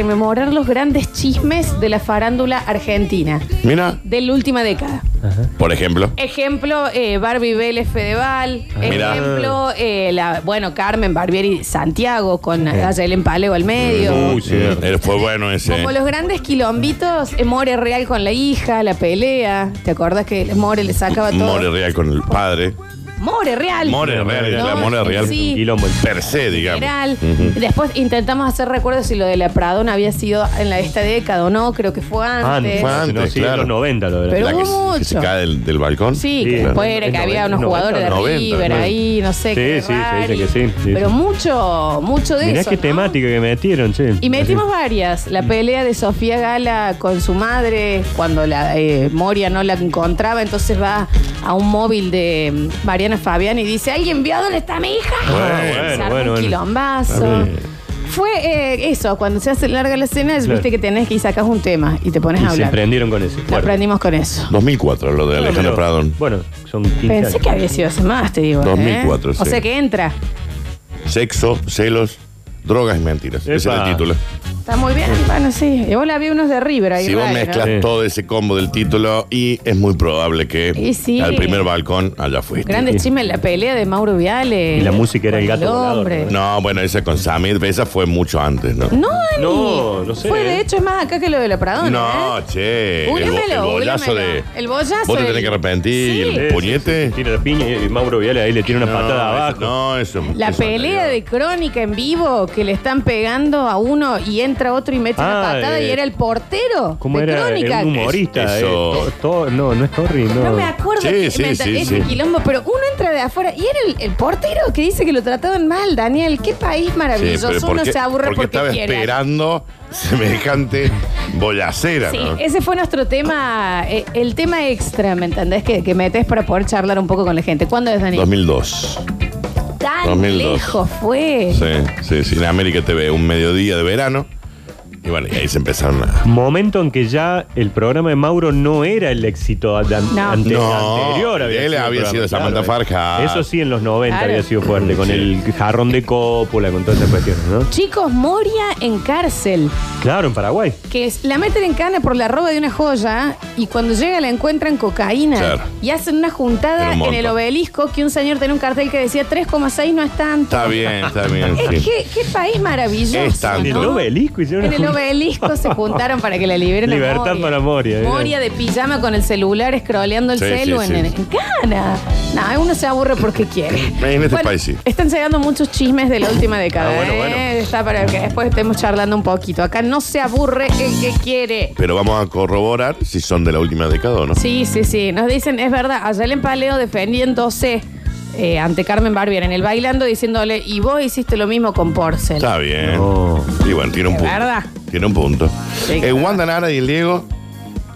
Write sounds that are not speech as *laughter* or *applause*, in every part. rememorar los grandes chismes de la farándula argentina Mira, de la última década. por ejemplo. Ejemplo, eh, Barbie Vélez Fedeval. Ah, Mirá. Ejemplo, eh, la, bueno, Carmen Barbieri Santiago con Ayelen Paleo al medio. Uy, sí, eh, fue bueno ese. Como los grandes quilombitos, eh, More Real con la hija, la pelea. ¿Te acordás que More le sacaba todo? More Real con el padre. More Real. More Real, No, la More Real. sí. Quilombo. Per se, digamos. General. Ujú. Después intentamos hacer recuerdos si lo de la Pradona había sido en la, esta década o no, creo que fue Ah, no, antes. fue antes, no, sí, claro. en los 90 lo de la- Pero La que, hubo se- que se mucho. cae del, del balcón. Sí, Sí, que después era es que había noventa, unos noventa, jugadores de noventa, River noventa. ahí, no sé Sí, qué. sí, se dice rari. que sí, sí, Pero sí. mucho, mucho de Mirá eso. qué Mm. ¿no? temática que metieron, che. Y metimos varias. La pelea de Sofía Gala con su madre, cuando la eh, Moria no la encontraba, entonces va a un móvil de mm, Mariana Fabián y dice, ¿alguien vio dónde está mi hija? Bueno, Se bueno, arma bueno, un bueno. quilombazo. Fue eh, eso, cuando se hace larga la escena, Claro. viste que tenés que ir sacás un tema y te pones a Y se hablar. prendieron con eso. Lo Bueno. Aprendimos con eso. 2004, lo de Alejandro Pero- Pradón. Bueno, son 15 Pensé años. que había sido hace más, te digo. ¿eh? 2004, O sí. sea que entra. Sexo, celos, drogas y mentiras. Ese es Epa. el título. Está muy bien, bueno, sí. Y vos la vi unos de River ahí. Si vos raro, ¿no? mezclas Sí. todo ese combo del título y es muy probable que Y sí. al primer balcón allá fuiste. Grande chisme en la pelea de Mauro Viale. Y la música era el Con gato volador, hombre. ¿no? No, bueno, esa con Samir, esa fue mucho antes, ¿no? No, Dani. No, no sé, Fue de ¿eh? hecho es más acá que lo de la Pradona. No, ¿eh? che. El, bo- Googleamelo, el bollazo de. googleamelo. El bollazo Vos te del- tenés que arrepentir y Sí. el Sí, puñete. Tira la piña y Mauro Viale ahí le tira una No, patada eso- abajo. No, eso. La eso pelea anterior. de crónica en vivo que le están pegando a uno y entra otro y mete una Ah, patada eh, y era el portero ¿Cómo de era? crónica. Era Un humorista. Es- eso. eh, to- to- no, no es Torri. No, No me acuerdo Sí, que sí, me sí, ese sí. quilombo, pero uno entra de afuera y era el, el portero que dice que lo trataban mal, Daniel. Qué país Sí, maravilloso. pero uno porque, se aburre porque porque, estaba quiere. esperando semejante bollacera, Sí, ¿no? ese fue nuestro tema, eh, el tema extra, ¿me entendés? Que, que metes para poder charlar un poco con la gente. ¿Cuándo es, Daniel? 2002. Tan 2002. lejos fue. Sí, sí, sí. En América TV, un mediodía de verano. Y bueno, y ahí se empezaron a. Momento en que ya el programa de Mauro no era el éxito de an- No. ante- No, anterior. él el había programa, sido Samantha Farja. Eso sí, en los 90 Claro. había sido fuerte, con Sí. el jarrón de cópula, con todas esas cuestiones, ¿no? Chicos, Moria en cárcel, Claro, en Paraguay. que es- la meten en cana por la roba de una joya y cuando llega la encuentran cocaína Claro. y hacen una juntada Era un en el montón. obelisco que un señor tenía un cartel que decía 3,6 no es tanto. Está bien, está bien. Es sí. que, qué país maravilloso. Es tanto. En el ¿no? obelisco hicieron En el una- obelisco se juntaron para que la liberen. a Libertad para Moria, eh. Moria de pijama con el celular, scrolleando el Sí, celu sí, en, sí. en Cana. No, uno se aburre porque quiere. *clears throat* En este país sí. Están llegando muchos chismes de la última década. Ah, bueno, ¿eh? bueno. Está para que después estemos charlando un poquito. Acá no se aburre el que quiere. Pero vamos a corroborar si son de la última década o no. Sí, sí, sí. Nos dicen, es verdad, ayer en Paleo defendiéndose eh, ante Carmen Barbier en el bailando, diciéndole, y vos hiciste lo mismo con Porcel. Está bien. No. Y bueno, tiene un De punto. verdad. Tiene un punto. Sí, Eh, claro. Wanda Nara y el Diego,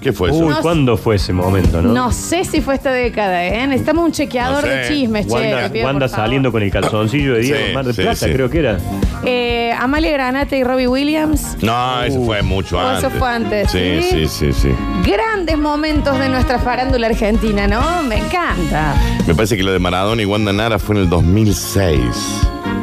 ¿qué fue eso? Uy, No sé. ¿cuándo fue ese momento, no? No sé si fue esta década, ¿eh? Necesitamos un chequeador No sé. de chismes, che. Wanda, te pido, Wanda por favor. saliendo con el calzoncillo de Diego Sí, en Mar del sí, Plata, sí. creo que era. Eh, Amalia Granate y Robbie Williams. No, eso fue mucho Oh, antes. eso fue antes, Sí, ¿sí? sí, sí, sí. Grandes momentos de nuestra farándula argentina, ¿no? Me encanta. Me parece que lo de Maradona y Wanda Nara fue en el 2006.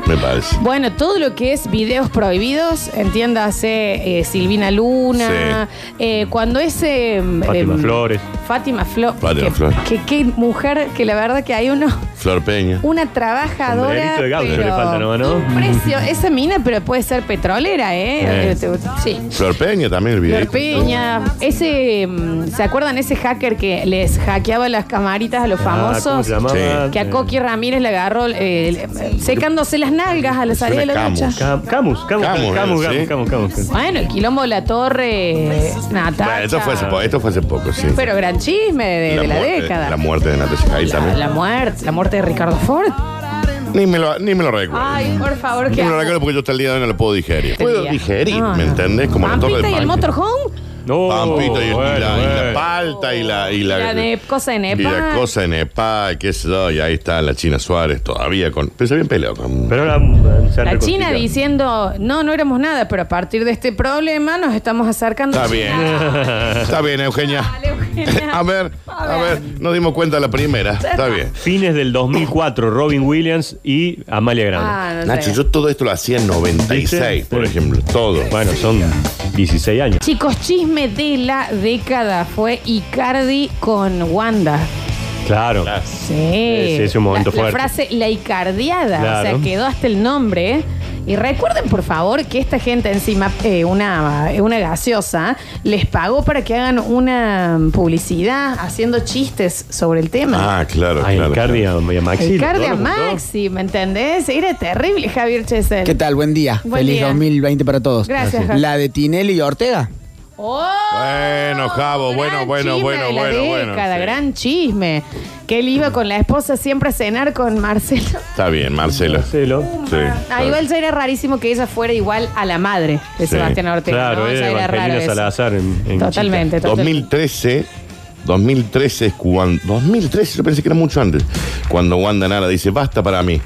Me parece. Bueno, todo lo que es videos prohibidos, entiéndase eh, Silvina Luna, eh, cuando ese... Fátima Flores. Ah, Fátima Flores. Fátima que, Flores. que- qué mujer, que la verdad que hay uno... Flor Peña. Una trabajadora. Sombrerito de gaucho pero le falta, ¿no? ¿No? impresio- Esa mina, pero puede ser petrolera, ¿eh? Sí. Eh, Sí. Flor Peña también, el video. Flor Peña, ese, mm, ¿se acuerdan ese hacker que les hackeaba las camaritas a Ah, los ¿cómo famosos? se llamaba? Eh, Sí. que a Coqui Ramírez le agarró eh, el- secándose las nalgas a la salida de la Camus. ducha. Cam- Camus, Camus, Camus, Camus, Camus, ¿sí? Camus, Camus, Camus. Bueno, el quilombo de la torre, Bueno, Natal. esto fue, hace po- esto fue hace poco, sí. Pero gran chisme de de la, muerte, década. La muerte de Natasha Calle La, también. la muerte, la muerte de Ricardo Ford. Ni me lo, ni me lo recuerdo. Ay, por favor, ni que. me lo recuerdo porque yo hasta el día de hoy no lo puedo digerir. Puedo digerir, ¿me entendés? Como la Ah, torre de y el Paine. motorhome? No, Pampito y, el- y bueno, la, y la bueno. palta y la. Y la, La ne- cosa de Y la Nepal. cosa de Nepal, qué sé yo. Y ahí está la China Suárez todavía con. Pero se habían peleado con. Pero la, se han La China reconciliado. diciendo, no, no éramos nada, pero a partir de este problema nos estamos acercando. Está a China. bien. *laughs* Está bien, Eugenia. Dale, Eugenia. a ver, a ver, nos dimos cuenta la primera. *laughs* Está bien. Fines del 2004, Robin Williams y Amalia Grande. Ah, no sé. Nacho, yo todo esto lo hacía en 96, ¿Viste? por ejemplo. Todo. Bueno, son 16 años. Chicos, chisme de la década fue Icardi con Wanda. Claro. Sí. Sí, es un momento la, la fuerte. frase la icardiada, o Claro. sea, quedó hasta el nombre. Y recuerden, por favor, que esta gente encima, eh, una, una gaseosa, les pagó para que hagan una publicidad haciendo chistes sobre el tema. Ah, claro, Ay, claro. Icardi claro. a- a Maxi. Icardi a ¿no? Maxi, ¿me entendés? Era terrible, Javier Chesel. ¿Qué tal? Buen día. Buen Feliz día. 2020 para todos. Gracias, Javi. La de Tinelli y Ortega. ¡Oh! Bueno, Javo, bueno, Gran bueno, chisme bueno, de la bueno, bueno, década, sí. gran chisme. Que él iba con la esposa siempre a cenar con Marcelo. Está bien, Marcelo. Sí. Marcelo. Ah, igual ya era rarísimo que ella fuera igual a la madre de Sí. eh, Sebastián Ortega. Claro, ¿no? Ya era raro Evangelina eso. Salazar en, en Totalmente, totalmente. 2013. 2013 es cuando. 2013, yo pensé que era mucho antes. Cuando Wanda Nara dice, basta para mí.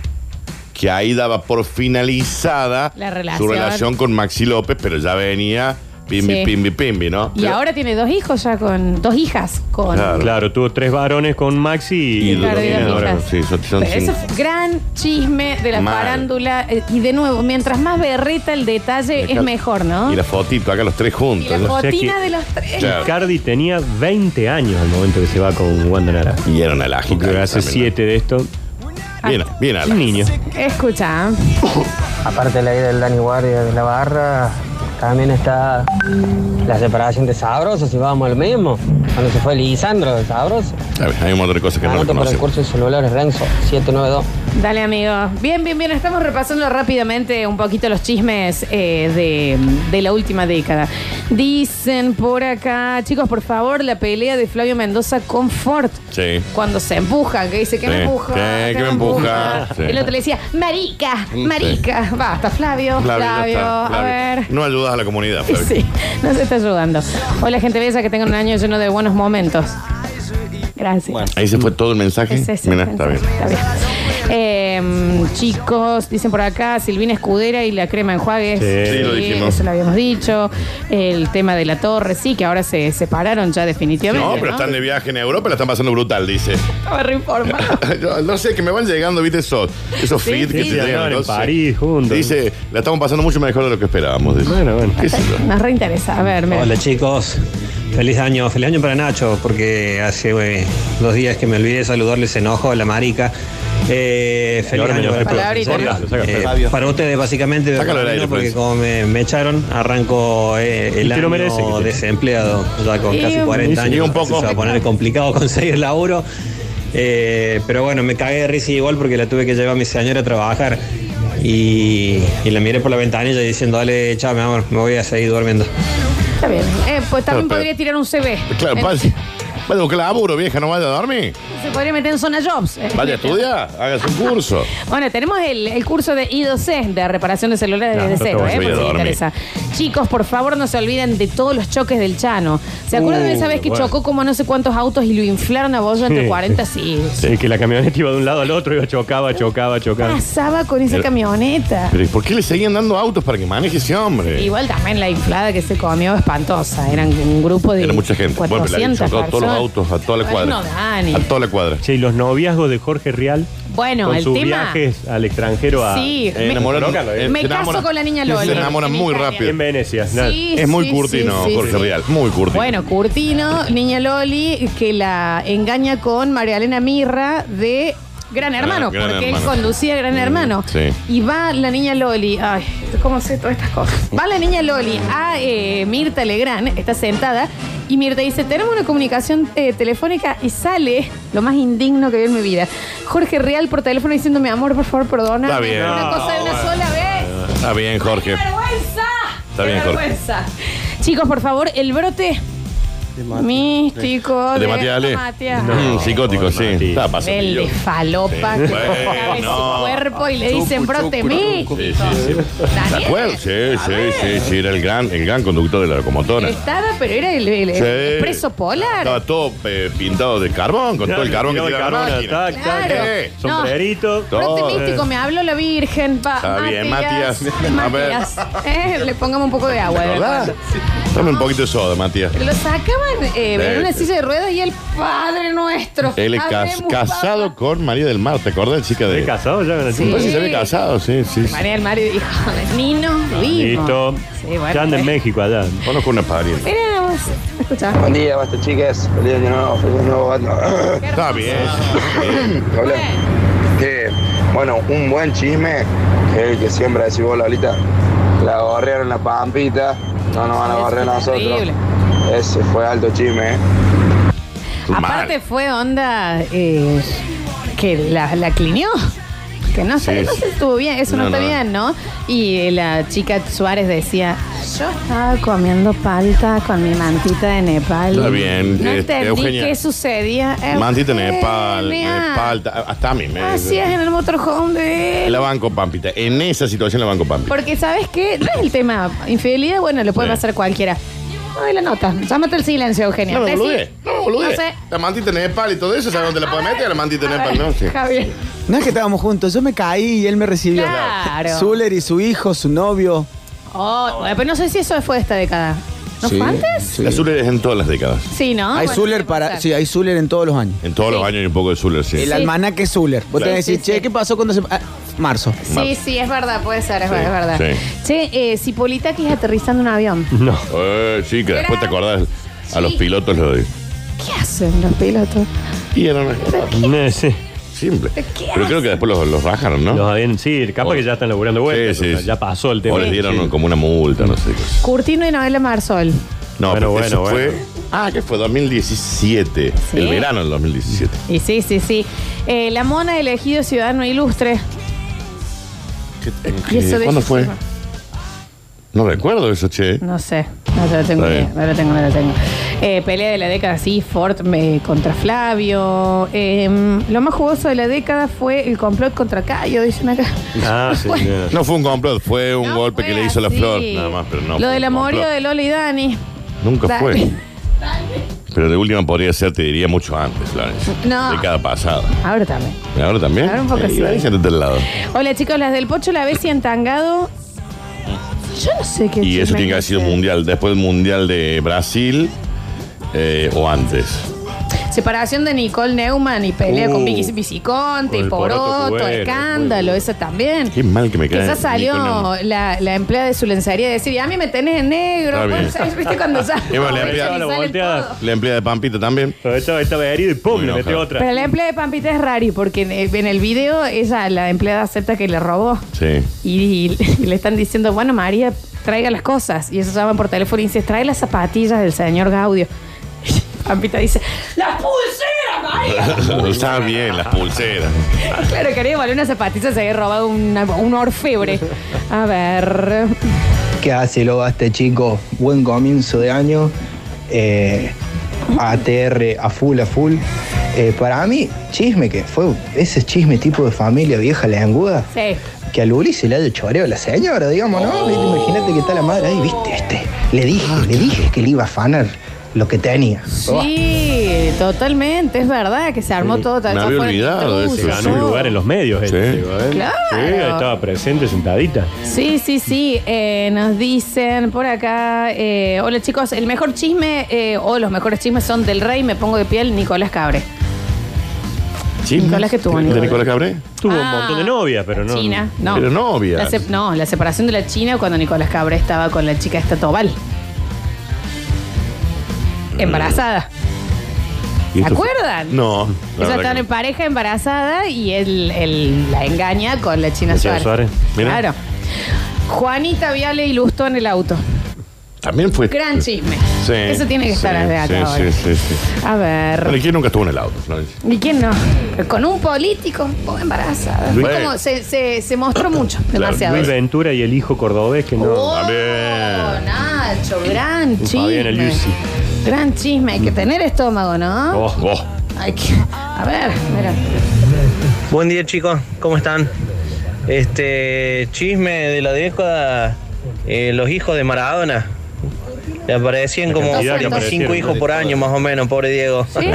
Que ahí daba por finalizada La relación. su relación con Maxi López, pero ya venía pimbi, Sí. pimbi, pimbi, ¿no? Y ahora tiene dos hijos ya con. Dos hijas con. Claro. Chica. Claro, tuvo tres varones con Maxi y, Ah, Y Icardi dos y tiene las ahora. hijas. Sí, son- son Pero eso cinco. fue gran chisme de la Mal. farándula. Eh, Y de nuevo, mientras más berreta el detalle, es mejor, ¿no? Y la fotito, acá los tres juntos. Y la ¿no? sea botina que- de los tres. Claro. Cardi tenía 20 años al momento que se va con Wanda Nara. Y era una laja. Porque hace 7 de esto. Bien, bien, Un Alan. niño. Escucha. ¿eh? Aparte de la ida del Dani Guardia de la barra, también está la separación de Sabroso, si vamos al mismo. Cuando se fue Lisandro de Sabroso. A ver, Hay un montón de cosas que no Anoto para el reconocemos. curso de celulares Renzo, 792. Dale, amigo. Bien, bien, bien. Estamos repasando rápidamente un poquito los chismes eh, de, de la última década. Dicen por acá, chicos, por favor, la pelea de Flavio Mendoza con Ford. Sí. Cuando se empujan, que dice que Sí. me empuja. Sí, que me empuja. Sí. El otro le decía, marica, Sí. marica. Basta, Flavio, Flavio, Flavio. ya está, A Flavio. ver. No ayudas a la comunidad, Y Flavio. *laughs* Sí, nos está ayudando. Hola, gente bella, que tengan un año lleno de buenos momentos. Gracias. Ahí se fue todo el mensaje. Es ese, Mirá, es está ese, bien. Eh, chicos, dicen por acá, Silvina Escudera y la crema enjuagues. Sí. Sí, lo dijimos. Eso lo habíamos dicho. El tema de la torre, sí, que ahora se separaron ya definitivamente. No, pero están de viaje en Europa y la están pasando brutal, dice. *laughs* Estaba reinformado. Yo no sé, que me van llegando, viste, esos, esos Sí, feeds que sí. te Sí, llegan. andaban en no sé. París juntos. Dice, la estamos pasando mucho mejor de lo que esperábamos. dice. Bueno, bueno. ¿Qué sé yo? Nos reinteresa. A ver, mira. Hola chicos, feliz año, feliz año para Nacho, porque hace eh, dos días que me olvidé de saludarles enojo a la marica. Eh, feliz ahora me año enojé, para, pero- Palabrita, ¿en serio? sácalo, sácalo, Eh, Flavio. para ustedes básicamente, pero Sácalo al para mí aire, no, porque pues. como me, me echaron, arranco eh, Y te el lo año merece, que te- desempleado, ya con Y casi un- 40 Y años, un poco. se va a poner complicado *laughs* conseguir laburo. Eh, pero bueno, me cagué de risa igual porque la tuve que llevar a mi señora a trabajar. Y, y la miré por la ventanilla diciendo, dale, chao, mi amor, me voy a seguir durmiendo. Está bien. Eh, pues también Claro, pero- podría tirar un CV. Claro, Eh, pase. Vaya a buscar laburo, vieja, no vaya a dormir. Se podría meter en zona jobs. Eh, Vaya a estudiar, hágase un curso. Bueno, tenemos el, el curso de I2C, de reparación de celulares No, desde no te cero, voy a ¿eh? Por si les dormir. interesa. Chicos, por favor, no se olviden de todos los choques del Chano. ¿Se acuerdan de esa Uh, vez que bueno. chocó como no sé cuántos autos y lo inflaron a bollo entre Sí. 40? Sí. Sí, que la camioneta iba de un lado al otro, iba chocaba, chocaba, ¿Qué chocaba. pasaba con esa Pero- camioneta? Pero ¿y por qué le seguían dando autos para que maneje ese hombre? Igual también la inflada que se comió espantosa. Eran un grupo de. Era mucha gente. Bueno, pero le han 400 chocado todos los personas. autos a toda la Bueno, cuadra. no, Dani. A toda la cuadra. Che, y los noviazgos de Jorge Real. Bueno, con el sus tema. viajes al extranjero a. Sí, Eh, me, enamoran- Colócalo, eh. eh, me se caso enamoran- con la niña Lola. Se enamoran en muy Italia. rápido. En Venecia. nada. Sí, Es muy sí, curtino, sí, sí, Jorge sí. Real. Muy curtino. Bueno, Curtino, niña Loli, que la engaña con María Elena Mirra de Gran Hermano, Gran porque él Hermano. conducía Gran Mm, Hermano. sí. Y va la niña Loli, ay, ¿cómo sé todas estas cosas? Va la niña Loli a eh, Mirta Legrand, está sentada, y Mirta dice, tenemos una comunicación eh, telefónica y sale lo más indigno que vi en mi vida. Jorge Real por teléfono diciendo, mi amor, por favor, perdona. Está bien. Una No, cosa de una bueno. sola vez. Ah, Está bien, ¡Qué Jorge. vergüenza! Está ¡Qué bien, Jorge. vergüenza! Chicos, por favor, el brote Místico. De Matiales. Matías. Mm, psicótico, sí. Mati. Está pasando. El de falopa Sí. que Bueno, sabe no. su cuerpo y le dicen brote mí. Sí, sí, sí. ¿Se acuerdan? Sí, sí, sí, sí, era el gran, el gran conductor de la locomotora. Estaba, pero era el, el- el Sí. expreso Estaba polar. todo eh, pintado de carbón, con Claro, todo el carbón que tiraba tiene el la carbón, máquina. tac, tac, Claro. tac, No. Sombrerito. Brote Todo. místico, me habló la Virgen. pa- Está bien, Matías. A ver. Matías. Eh, le pongamos un poco de agua. de ¿Verdad? verdad. Dame un poquito de soda, Matías. Lo sacaban eh, en una silla de ruedas y el Padre Nuestro. Él es cas- Habemos, casado papá. con María del Mar, ¿te acordás, chica ¿Estás de.? casado ya con la Sí. chica? Parece que se ve casado, sí, sí. sí. María del Mar y dijo, Nino, vivo. Ah, Listo. Sí, bueno. eh. ya anda en México allá. Conozco una pariente. Mira vos, escuchá. Buen día, basta chicas. Feliz año nuevo, feliz año nuevo, *coughs* Batman. Está bien. Hola. Bueno, Que, bueno, un buen chisme que el que siempre decís vos, Lolita. La gorrearon la pampita. No nos van a Eso gorrear es a nosotros. terrible. Ese fue alto chisme, ¿eh? Aparte fue onda eh, que la, la clinió. Que no, sé, Sí. no sé si estuvo bien, eso no, No, está no. bien, ¿no? Y eh, la chica Suárez decía, yo estaba comiendo palta con mi mantita de Nepal. Está bien, No eh, entendí Eugenia. qué sucedía. Mantita en Nepal, Eugenia. Nepal, ta- hasta a mí me. Eh, Así es en el motorhome de él. La banco Pampita. En esa situación la banco Pampita. Porque, ¿sabes qué? No es el tema. Infidelidad, bueno, lo puede Sí. pasar cualquiera. Ay, la nota. Llámate el silencio, Eugenia. No me Decí- boludé, no me boludé. No sé. La mantita en Nepal y todo eso, ¿sabes dónde la puedes meter? La mantita en A Nepal, ver, ¿no? Sí. Javier. No es que estábamos juntos, yo me caí y él me recibió. Claro. Zuller y su hijo, su novio. Oh, bueno, pero no sé si eso fue de esta década. ¿No Sí, fue antes? sí. La Zuller es en todas las décadas. Sí, ¿no? Hay Ah, Bueno, Zuller puede para. pasar. Sí, hay Zuller en todos los años. En todos Sí. los años hay un poco de Zuller, sí. El almanaque es Zuller. Vos Claro. te decís, Sí, sí. che, ¿qué pasó cuando se.? ah, marzo. Sí, sí, es verdad, puede ser, es Sí, verdad. sí. Che, eh, Cipolitakis aterrizando un avión. No. Eh, sí, que después te acordás a los Sí. pilotos lo de. ¿Qué hacen los pilotos? Y eran No, *laughs* sí. simple. ¿Qué Pero creo que después los, los bajaron, ¿no? Los habían- sí, capaz que ya están laburando vueltas. Sí, sí, o sea, sí. Ya pasó el tema. O les dieron Sí. como una multa, no sé qué. Curtino y Novela Marsol. No, Bueno, pero bueno, eso bueno. fue. Ah, que fue 2017. Sí. El verano del 2017. Y sí, sí, sí. Eh, la mona elegido ciudadano ilustre. ¿Y eso de ¿Cuándo qué fue? forma? No recuerdo eso, che. No sé, no te lo tengo, Está idea, bien. no lo tengo, no lo tengo. Eh, pelea de la década, sí, Ford eh, contra Flavio. Eh, lo más jugoso de la década fue el complot contra Cayo, dicen acá. Ah, sí. Bueno. no. No fue un complot, fue un No golpe fue que le hizo la así. flor. Nada más, pero no. Lo fue del un amorío complot. de Lola y Dani. Nunca Dale. fue. Pero de última podría ser, te diría, mucho antes, Florencia. *laughs* No. Década pasada. *laughs* Ahora también. ¿Y ahora también? Ahora un poco sí. Florencia, de del lado. Hola chicos, las del Pocho, la Bessi en Tangado. Yo no sé qué Y eso chisme tiene que haber sido es ese. mundial, después del mundial de Brasil eh, o antes. Separación de Nicole Neumann y pelea Uh, con Vicky Viciconte, con el Poroto, Poroto, bueno, escándalo, bueno. eso también. Qué mal que me cae. Quizás Nico salió Neumann. la, la empleada de su lencería a decir, "Y a mí me tenés en negro. Está bien. Bueno, ¿sabes? ¿Viste cuando *laughs* sale? Y bueno, la *laughs* Sale empleada- todo. La volteada. La empleada de Pampita también. Estaba, estaba herido y pum, Muy le metió enojado. otra. Pero la empleada de Pampita es rari porque en, en el video ella, la empleada acepta que le robó. Sí. *laughs* *laughs* Y, y le están diciendo, bueno, María, traiga las cosas. Y eso llaman por teléfono y dice, trae las zapatillas del señor Gaudio. *laughs* Pampita dice, ¡las pulseras, *laughs* María! Está bien, las pulseras. claro, quería volver una zapatilla, se había robado una- un orfebre. A ver. ¿Qué hace lo este chico? Buen comienzo de año. eh, ATR a full, a full. Eh, para mí, chisme que fue ese chisme tipo de familia vieja lenguda. Sí. Que a Luli se le haya choreo a la señora, digamos, ¿no? Viste, Imagínate que está la madre ahí, viste, este. Le dije, le dije que le iba a afanar lo que tenía. Sí, totalmente, es verdad que se armó todo tal me cual fue había el olvidado de intruso. ese, Ganó un lugar en los medios. Sí. este, digo, ¿eh? Claro. Sí, ahí estaba presente, sentadita. Sí, sí, sí. eh, nos dicen por acá. eh, hola chicos, el mejor chisme eh, o los mejores chismes son del rey, me pongo de piel, Nicolás Cabre. ¿Sí? Nicolás que tuvo, ¿De Nicolás. Nicolás Cabré? Tuvo un Ah, montón de novias, pero no. China, no. Pero novia. La sep- no, la separación de la China cuando Nicolás Cabre estaba con la chica esta Tobal. Mm. Embarazada. ¿Y ¿Se esto fue- acuerdan? No. la Ellos verdad están que en pareja embarazada y él, él la engaña con la China La China Suárez. Suárez, mira. Claro. Juanita Viale ilustró en el auto. no. También fue. Gran chisme. Sí. Eso tiene que sí, estar de acá sí, ahora. Sí, sí, sí. A Bueno, ver. ¿y quién nunca estuvo en el auto, Florencia? ¿Y quién no? Con un político, pobre embarazada. Fue Bueno. como se, se- se mostró mucho, demasiado. Luis Ventura y el hijo cordobés que no. Oh, También. Nacho, gran Fabián chisme. Eliusi. Gran chisme, hay que tener estómago, ¿no? Oh, oh. Hay que. A ver, mira. Buen día chicos, ¿cómo están? Este chisme de la década, eh, los hijos de Maradona. Le aparecían como cantidad que cinco aparecieron. hijos por año más o menos, pobre Diego. ¿Sí?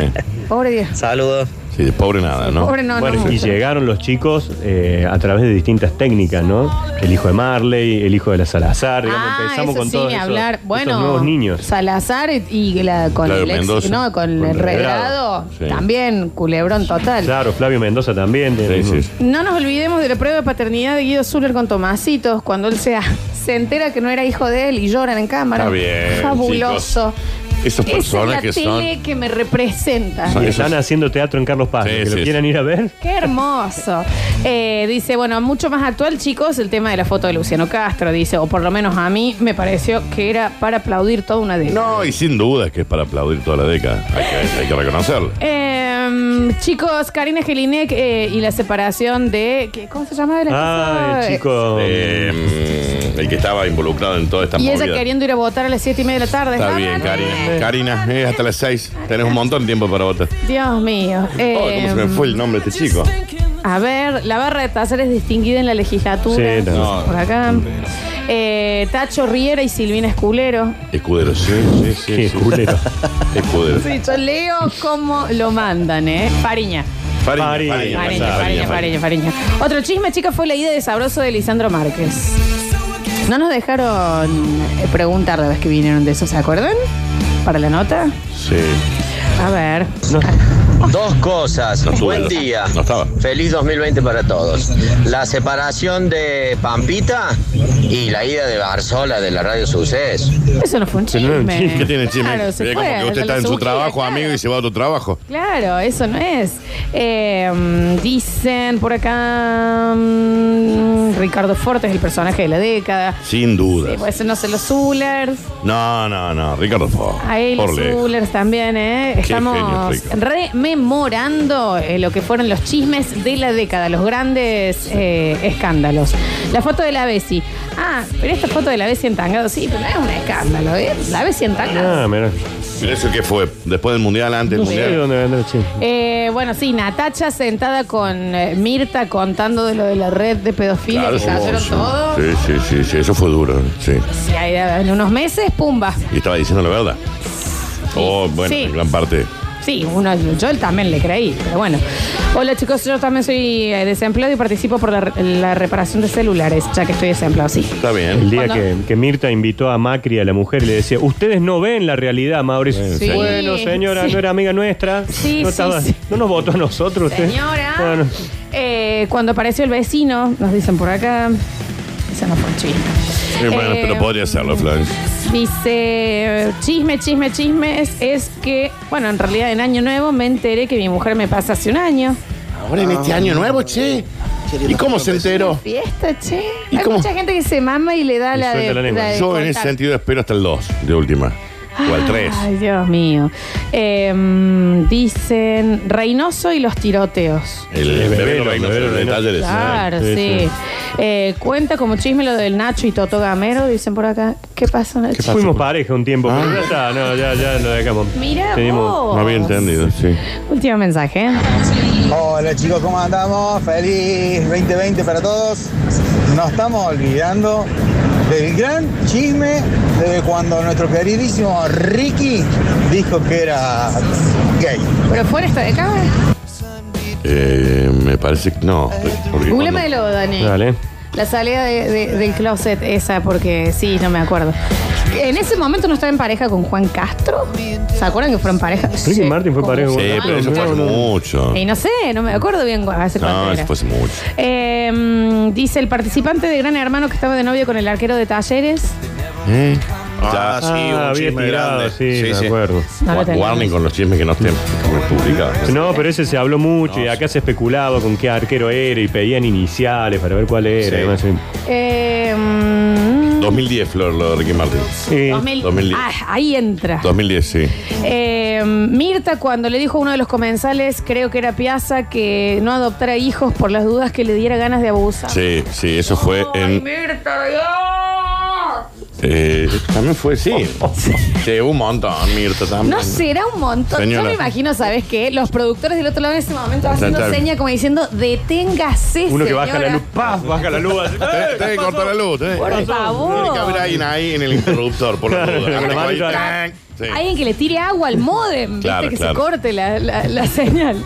Pobre Dios. Saludos. Sí, de pobre nada, ¿no? Pobre no, Bueno, no. y llegaron los chicos eh, a través de distintas técnicas, ¿no? El hijo de Marley, el hijo de la Salazar, digamos, Ah, empezamos eso con sí, todos ni esos- hablar. esos bueno, nuevos niños. Salazar y- y la, con Claudio el ex- Mendoza. no, con, Con el el Redrado, Redrado, sí. también culebrón total. Claro, Flavio Mendoza también. Sí, sí, sí. No nos olvidemos de la prueba de paternidad de Guido Zuller con Tomacitos, cuando él se, se entera que no era hijo de él y lloran en cámara. Está bien, Fabuloso. chicos. Esas personas Esa es la que son- tele que me representa. Y Son- están haciendo teatro en Carlos Paz. Sí, que sí, lo sí. quieran ir a ver. Qué hermoso. Eh, dice, bueno, mucho más actual, chicos, el tema de la foto de Luciano Castro, dice, o por lo menos a mí me pareció que era para aplaudir toda una de No, y sin duda que es para aplaudir toda la década. Hay que, hay que reconocerlo. Eh, chicos, Karina Gelinek eh, y la separación de. ¿qué- ¿Cómo se llama? La Ah, cosa? el chico. Eh, el que estaba involucrado en toda esta Oh, mm, Y ella movida. queriendo ir a votar a las 7 y media de la tarde. Está Ah, bien, no, Karina. eh. Karina, es hasta las seis. Tenés un montón de tiempo para votar. Dios mío. Oh, Eh, ¿Cómo se me fue el nombre de este chico? A ver, la barra de Tazar es distinguida en la legislatura. Sí, no. Por acá. Eh, Tacho Riera y Silvina Esculero. Escudero, sí, sí, sí. Qué sí. culero. Escudero. Sí, yo leo cómo lo mandan, ¿eh? Fariña. Fariña, Fariña, Fariña, Fariña, Fariña, Fariña, Fariña, Fariña. Otro chisme, chicas, fue la ida de Sabroso de Lisandro Márquez. No nos dejaron eh, preguntar la vez que vinieron de eso, ¿se acuerdan? Para la nota. Sí. A ver. Dos cosas. estuvo, Buen no- día. no estaba. Feliz 2020 para todos. La separación de Eh, Pampita y la ida de Barzola de la Radio Suceso. Eso no fue un chisme. no era un chisme. ¿Qué tiene el chisme? Claro, se Es como fue, que se usted está lo en su surgía, trabajo, claro. amigo, y se va a otro trabajo. Claro, eso no es. Eh, dicen por acá mm, Ricardo Fortes, el personaje de la década. Sin Sí, duda. pues no sé, los Zulers. No, no, no. Ricardo Fo. A él, por los lejos. Zulers también, ¿eh? Estamos genio, Ricardo. rememorando eh, lo que fueron los chismes de la década, los grandes eh, escándalos. La foto de la Bessi. Ah, pero esta foto de la Bessi entangado, sí, pero no es un escándalo, ¿eh? La Bessi entangado. Ah, mira. Pero ¿Eso qué fue? ¿Después del mundial? ¿Antes del No sé mundial? dónde vendrá el chisme. Eh, bueno, sí, Natacha sentada con eh, Mirta contando de lo de la red de pedofilia que cayeron todos. sí, sí, sí, sí, eso fue duro, sí. Y ahí, en unos meses, pumba. Y estaba diciendo la verdad. Oh, bueno, Sí. en gran parte. Sí, uno, yo también le creí, pero bueno. Hola chicos, yo también soy eh, desempleado y participo por la, la reparación de celulares, ya que estoy desempleado, sí. Está El bien. día Cuando- que, que Mirta invitó a Macri, a la mujer, y le decía, ustedes no ven la realidad, Mauricio. Sí. Bueno, señora, Sí. no era amiga nuestra. Sí, no, sí, sí. no nos votó a nosotros. usted. Señora, Bueno, eh, cuando apareció el vecino, nos dicen por acá, esa no fue un chisme. Sí, bueno, Eh, pero podría serlo, Flavio. Dice, chisme, chisme, chisme, es, es que, bueno, en realidad en Año Nuevo me enteré que mi mujer me pasa hace un año. Ahora en este año nuevo, che. ¿Y cómo se enteró? Fiesta, che. ¿Y Hay cómo? mucha gente que se mama y le da Y la de, suelta la lengua. la de Yo en ese cortar. sentido espero hasta el 2, de última. O al 3. Ay, Dios mío. Em, dicen Reynoso y los tiroteos. El El bebé bebé, lo reino, el bebé lo el reino. taller ese, ¿no? Claro, sí. sí, sí. Eh, cuenta como chisme lo del Nacho y Toto Gamero, dicen por acá. ¿Qué pasó, Nacho? fuimos pareja un tiempo, pero ya está, no, ya, ya lo dejamos. Mira Seguimos. vos. Ah. No había entendido, sí. Último mensaje. ¿eh? Hola chicos, ¿cómo andamos? Feliz 2020 para todos. Nos estamos olvidando del gran chisme de cuando nuestro queridísimo Ricky dijo que era gay. ¿Pero fuera esto de acá? Eh, me parece que no. porque cuando- Googlemelo, Dani. Dale. La salida de- de- del closet esa, porque sí, no me acuerdo. En ese momento no estaba en pareja con Juan Castro. ¿Se acuerdan que fueron pareja? Ricky Martin fue pareja. Sí, Bueno, pero eso no, fue hace no. mucho. Y no sé, no me acuerdo bien cu- hace cuánto No, era. eso fue hace mucho. Eh, mm, dice el participante de Gran Hermano que estaba de novio con el arquero de Talleres. ¿Eh? Ah, había tirado, sí, de sí. acuerdo. No lo Wa- tenemos. Warning con los chismes que no estén publicados. No, pero ese se habló mucho y acá se especulaba con qué arquero era y pedían iniciales para ver cuál era. Sí. y demás. Eh, mm, 2010, Flor, lo de Ricky Martin. Sí. 2000. 2010. Ah, ahí entra. 2010, sí. Eh, Mirta, cuando le dijo a uno de los comensales, creo que era Piazza, que no adoptara hijos por las dudas que le diera ganas de abusar. Sí, sí, eso fue Ay, en Mirta, Dios. Eh, también fue, sí. *laughs* Sí, un montón, Mirta, también. No será un montón. Señora. Yo me imagino, ¿sabes qué? Los productores del otro lado en ese momento haciendo claro. seña como diciendo, deténgase. Uno que baja señora". la luz, ¡paf! Baja la luz. así, *laughs* Te- Te ¡eh! que cortar la luz. te- Por favor. Tiene que haber alguien ahí en el interruptor, por la duda. Con la mano Ahí, atrás. ¡tac! Sí. Alguien que le tire agua al modem, Claro, ¿viste? que claro. se corte la- la- la señal.